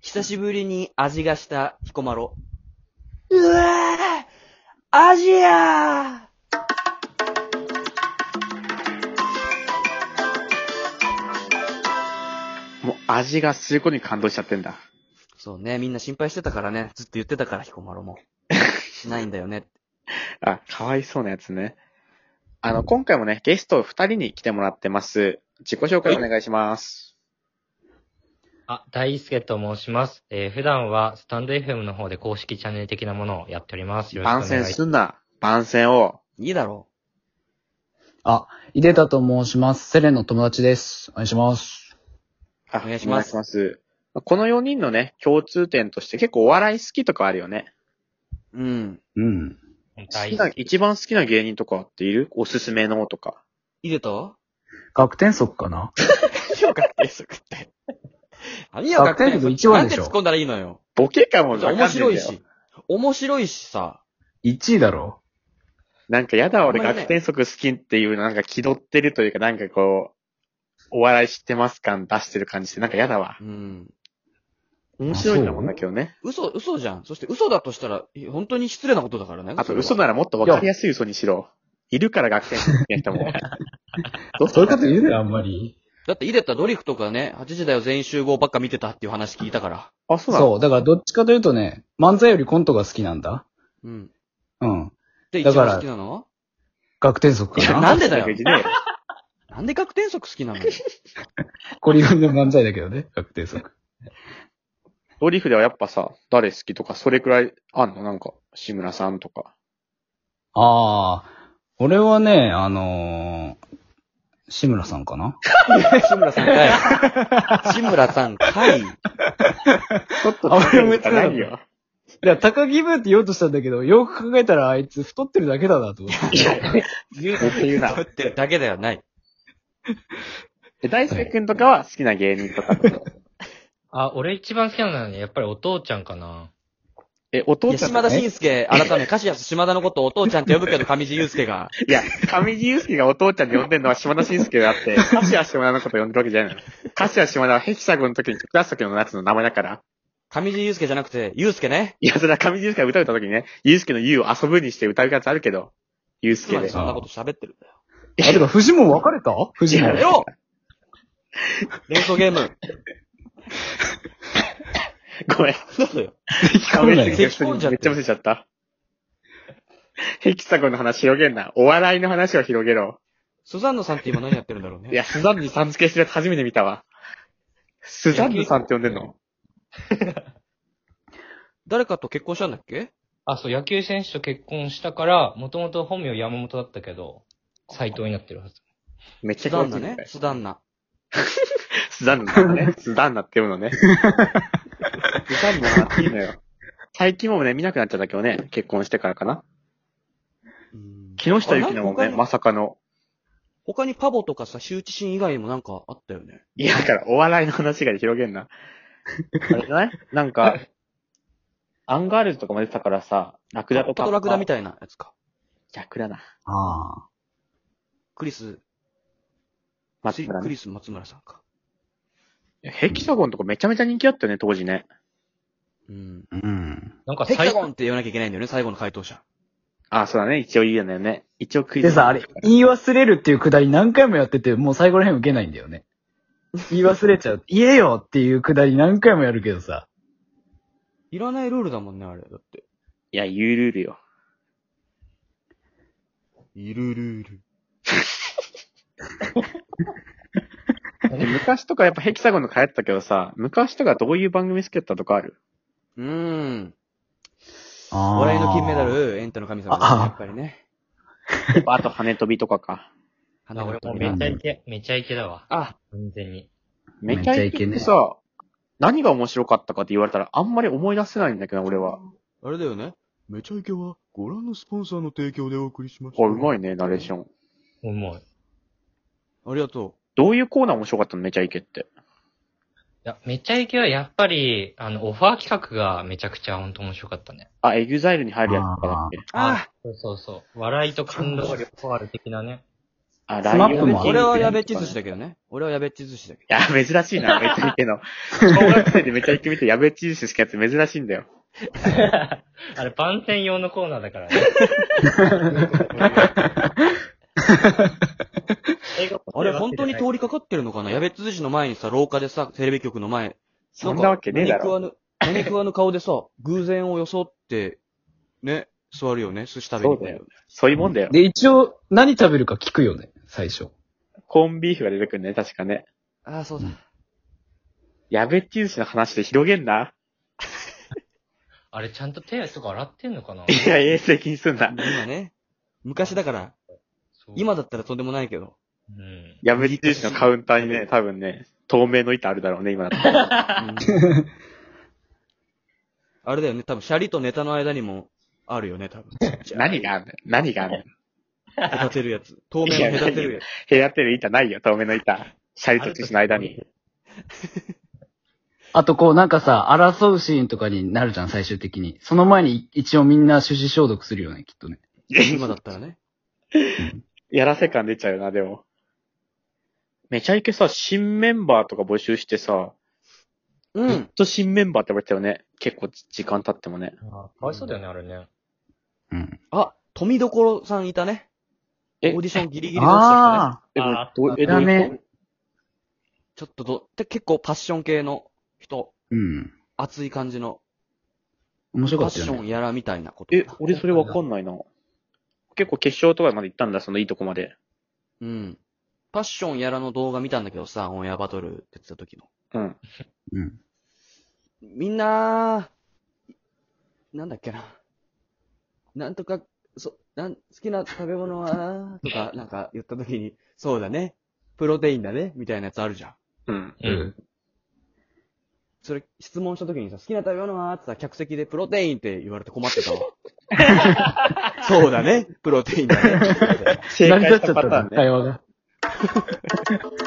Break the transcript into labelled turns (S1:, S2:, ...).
S1: 久しぶりに味がした彦摩呂。うわぁアジア
S2: もう味がすることに感動しちゃってんだ。
S1: そうね、みんな心配してたからね。ずっと言ってたから、彦摩呂も。しないんだよね。
S2: あ、かわいそうなやつね。あの、今回もね、ゲスト二人に来てもらってます。自己紹介お願いします。
S3: あ、大輔と申します。えー普段はスタンド FM の方で公式チャンネル的なものをやっております。よろしくお
S2: 番
S3: 願いし
S2: 宣
S3: ます。
S2: すんな。番宣を。
S1: いいだろ
S4: あ、いでたと申します。セレンの友達です。お願いします。
S2: あ
S1: お願いします
S2: お願いしますこの4人のね、共通点として結構お笑い好きとかあるよね。
S1: う。うん。
S4: うん。
S2: 好
S3: 大
S2: きな、一番好きな芸人とかっているおすすめのとか。
S1: いでと
S4: 学天則かな
S2: 評価計測って。
S1: 何や、
S4: 学天
S1: 学
S4: 部
S1: 天
S4: 一話でしょ
S1: なんて突っ込んだらいいのよ。
S2: ボケかもわかんねえんだ
S1: 面白い
S2: よ
S1: し。。面白いしさ。
S4: ?1 位だろ
S2: なんかやだ、俺、
S1: あんまりね
S2: 学天則好きっていう、なんか気取ってるというか、なんかこう、お笑い知ってます感出してる感じして、なんかやだわ
S1: う。ん。
S2: 面白いんだもんな、
S4: あそ
S2: 今日ね。
S1: 嘘、嘘じゃん。そして嘘だとしたら、え本当に失礼なことだからね。
S2: あと、
S1: そ
S2: 嘘
S1: れは
S2: ならもっとわかりやすい嘘にしろ。いるから学天則好きな人 も。どう
S4: そういうこと言うなよ、あんまり。
S1: だって、いでたドリフとかね、8時だよ全員集合ばっか見てたっていう話聞いたから。
S2: あ、そうなの
S4: そう、だからどっちかというとね、漫才よりコントが好きなんだ。
S1: うん。
S4: うん。
S1: で、一
S4: だから
S1: 番好きなのは
S4: 学天則
S1: いや
S4: か
S1: な
S4: なん
S1: でだよ
S2: 別にね
S1: なんで学天則好きな の
S4: これ読んで漫才だけどね、学天則。
S2: ドリフではやっぱさ、誰好きとか、それくらいあんのなんか、志村さんとか。
S4: あー、俺はね、あのー、志村さんかな
S1: 志村さんかい。志村さんかい。
S2: ちょっと
S4: あ俺も言ってたの
S2: ないよ。
S4: いや、高木ブーって言おうとしたんだけど、よく考えたらあいつ太ってるだけだなと思っ て。
S2: いや、言うなって言うな。
S1: ってだけではない。
S2: え大輔くんとかは好きな芸人とか。
S3: あ、俺一番好きなのはね、やっぱりお父ちゃんかな。
S2: え、お
S1: い
S2: 父
S1: や、
S2: ちゃん
S1: 島田晋介、改め、カシヤス島田のことをお父ちゃんって呼ぶけど、上地雄介が。
S2: いや、上地雄介がお父ちゃんで呼んでるのは島田紳介で あって、カシア島田のこと呼んでるわけじゃないの。カシア島田はヘキサゴンの時に曲出す時のやつの名前だから。
S1: 上地雄介じゃなくて、雄介ね。
S2: いや、それは上地雄介が歌う歌う時にね、雄介の雄を遊ぶにして歌うやつあるけど、雄
S1: つま
S2: 介
S1: り
S2: で。
S1: そんなこと喋ってるんだよ。
S4: あ、てか、藤も別れた藤も。
S1: よ連想ゲーム。
S2: ごめん。
S1: そうだよ。
S2: 上地
S1: 咳
S2: 雄
S1: き込んじ
S2: 介
S1: ゃって
S2: めっちゃむせちゃった。ヘキサゴンの話広げんな。お笑いの話を広げろ。
S1: スザンヌさんって今何やってるんだろうね。
S2: いや、スザンヌさん付けしてるやつ初めて見たわ。スザンヌさんって呼んでんの
S1: 誰かと結婚したんだっけ
S3: あ、そう、野球選手と結婚したから、もともと本名山本だったけど、斎藤になってるはず。
S2: めっち
S1: ス
S2: ゃ
S1: ザ
S2: 怖
S1: ンナね。
S2: い
S1: スザンナ。
S2: スザンヌさんね。スザンナって読むのね。スザンナはいいのよ。最近もね、見なくなっちゃったけどね、結婚してからかな。
S1: うん
S2: 木下ゆきのも
S1: あ
S2: ね、
S1: なんか他に
S2: まさかの。
S1: 他にパボとかさ、周知心以外にもなんかあったよね。
S2: いや、だから、お笑いの話が広げんな。あれじゃないなんか、アンガールズとかも出てたからさ、ラクダと
S1: パ
S2: か。
S1: トラクダみ
S2: たい。
S1: たいなやつか。
S2: ラクダだ。
S4: あー。
S1: クリス、
S2: 松村
S1: ク
S2: ね。
S1: リス松村さんか。
S2: ヘキサゴンとかめちゃめちゃ人気あったよね、当時ね。
S1: うん。
S4: うん。
S3: なんか
S1: ヘキ
S3: 斎
S1: サゴンって言わなきゃいけないんだよね、最後の回答者。
S2: あ、そうだね。一応いいよね。一応クイズ。
S4: でさ、あれ、言い忘れるっていうくだり何回もやってて、もう最後ら辺受けないんだよね。言い忘れちゃう。 言えよっていうくだり何回もやるけどさ。
S1: いらないルールだもんね、あれ。だって。
S2: いや、ゆるるよ。
S1: いるルール。
S2: で昔とかやっぱヘキサゴンの流行ってたけどさ、昔とかどういう番組好きだったとかある
S1: うーん。
S4: あ
S1: 笑いの金メダ。ル、エンタの神様ですね、
S4: あ
S1: やっぱりね。
S2: あと羽飛びとかか。
S3: あ
S1: 花
S3: 俺
S1: が
S3: も
S1: 飛び
S3: うめちゃイケ、めちゃイケだわ。
S2: あ、
S3: 完全に。
S2: めちゃイケってさ、何が面白かったかって言われたらあんまり思い出せないんだけど、俺は。
S1: あれだよね。めちゃイケは、ご覧のスポンサーの提供でお送りしま
S2: これうまいね、ナレーション。
S3: うまい。い
S1: ありがと
S2: どういうコーナー面白かったのめちゃイケって。
S3: や、めちゃイケはやっぱり、あの、オファー企画がめちゃくちゃ本当面白かったね。
S2: あ、エグザイルに入るやつとかだっけ
S1: う。あ
S3: そうそうそう。笑いと感動力ある的なね。
S2: あ、
S4: スマップも
S1: 俺はやべっち寿
S2: ずし
S1: 司だけどね。俺はやべっち寿司だけ
S2: いや、珍し いな、めっちゃイケの。小学生でめっちゃイケ見て、やべっち寿司しかやつ珍しいんだよ。
S3: あれ、番宣用のコーナーだからね。英語
S1: ど。あれ本当に通りかかってるのかなやべっち寿司の前にさ、廊下でさ、テレビ局の前。
S2: そんなわけねえだ
S1: 何食わ
S2: ろ。
S1: ぬ、何食わぬ顔でさ、偶然を装って、ね、座るよね。寿司食べに行くよね。
S2: そういうもんだよ。
S4: で、一応、何食べるか聞くよね、最初。
S2: コンビーフが出てくるね、確かね。
S1: ああ、そうだ。
S2: やべっち寿司の話で広げんな。
S3: あれ、ちゃんと手とか洗ってんのかない
S2: や、衛生気にすんな。
S1: 今ね。昔だから、
S3: そう
S1: 今だったらとんでもないけど。
S3: うん。
S2: やべっち寿司のカウンターに ね、多分ね、透明の板あるだろうね、今だったら。
S1: うんあれだよね、多分、シャリとネタの間にも、あるよね、多 分。
S2: 何があんねん何があんねん
S1: 隔てるやつ。透明の隔てるやつ。
S2: 部屋ってる板ないよ、透明の板。シャリとチーの間に。
S4: あとこうなんかさ、争うシーンとかになるじゃん、最終的に。その前に一応みんな手指消毒するよね、きっとね。
S1: 今だったらね。
S2: やらせ感出ちゃうな、でも。めちゃイケさ、新メンバーとか募集してさ、
S1: う
S2: ずっ。と新メンバーって言われてたよね。結構時間経ってもね。
S3: あかわいそうだよね、あれね。
S4: うん。
S1: あ、富所さんいたね。オ
S2: え
S1: ーディションギリギリで落ちた人ね。
S4: ああ
S2: え、
S3: あ
S2: どう、え、ど
S4: だ
S2: うい
S4: ね
S2: うこ
S1: ちょっとど、で結構パッション系の人、
S4: ー、うん。
S1: 熱い感じの、
S4: 面白
S1: パッ
S4: かった
S1: シ
S4: よ
S1: ョン
S4: ね。
S1: やらみたいなこと。
S2: とえ、俺それわかんないな。結構決勝とかまで行ったんだ、そのいいとこまで。
S1: うん。パッションやらの動画見たんだけどさ、オンエアバトルって言ってた時の。
S2: うん。
S4: うん。
S1: みんな、なんだっけな。なんとか、そ、なん、好きな食べ物は、とか、なんか言った時に、そうだね。プロテインだね。みたいなやつあるじゃん。
S2: うん。
S3: うん。
S1: それ、質問した時にさ、好きな食べ物はってさ、客席でプロテインって言われて困ってたわ。そうだね。プロテインだね。
S2: 正
S4: 成り
S2: 解し
S4: 立っち
S2: た
S4: ゃった
S2: パ
S4: ね
S2: ターンね。
S4: 会話が。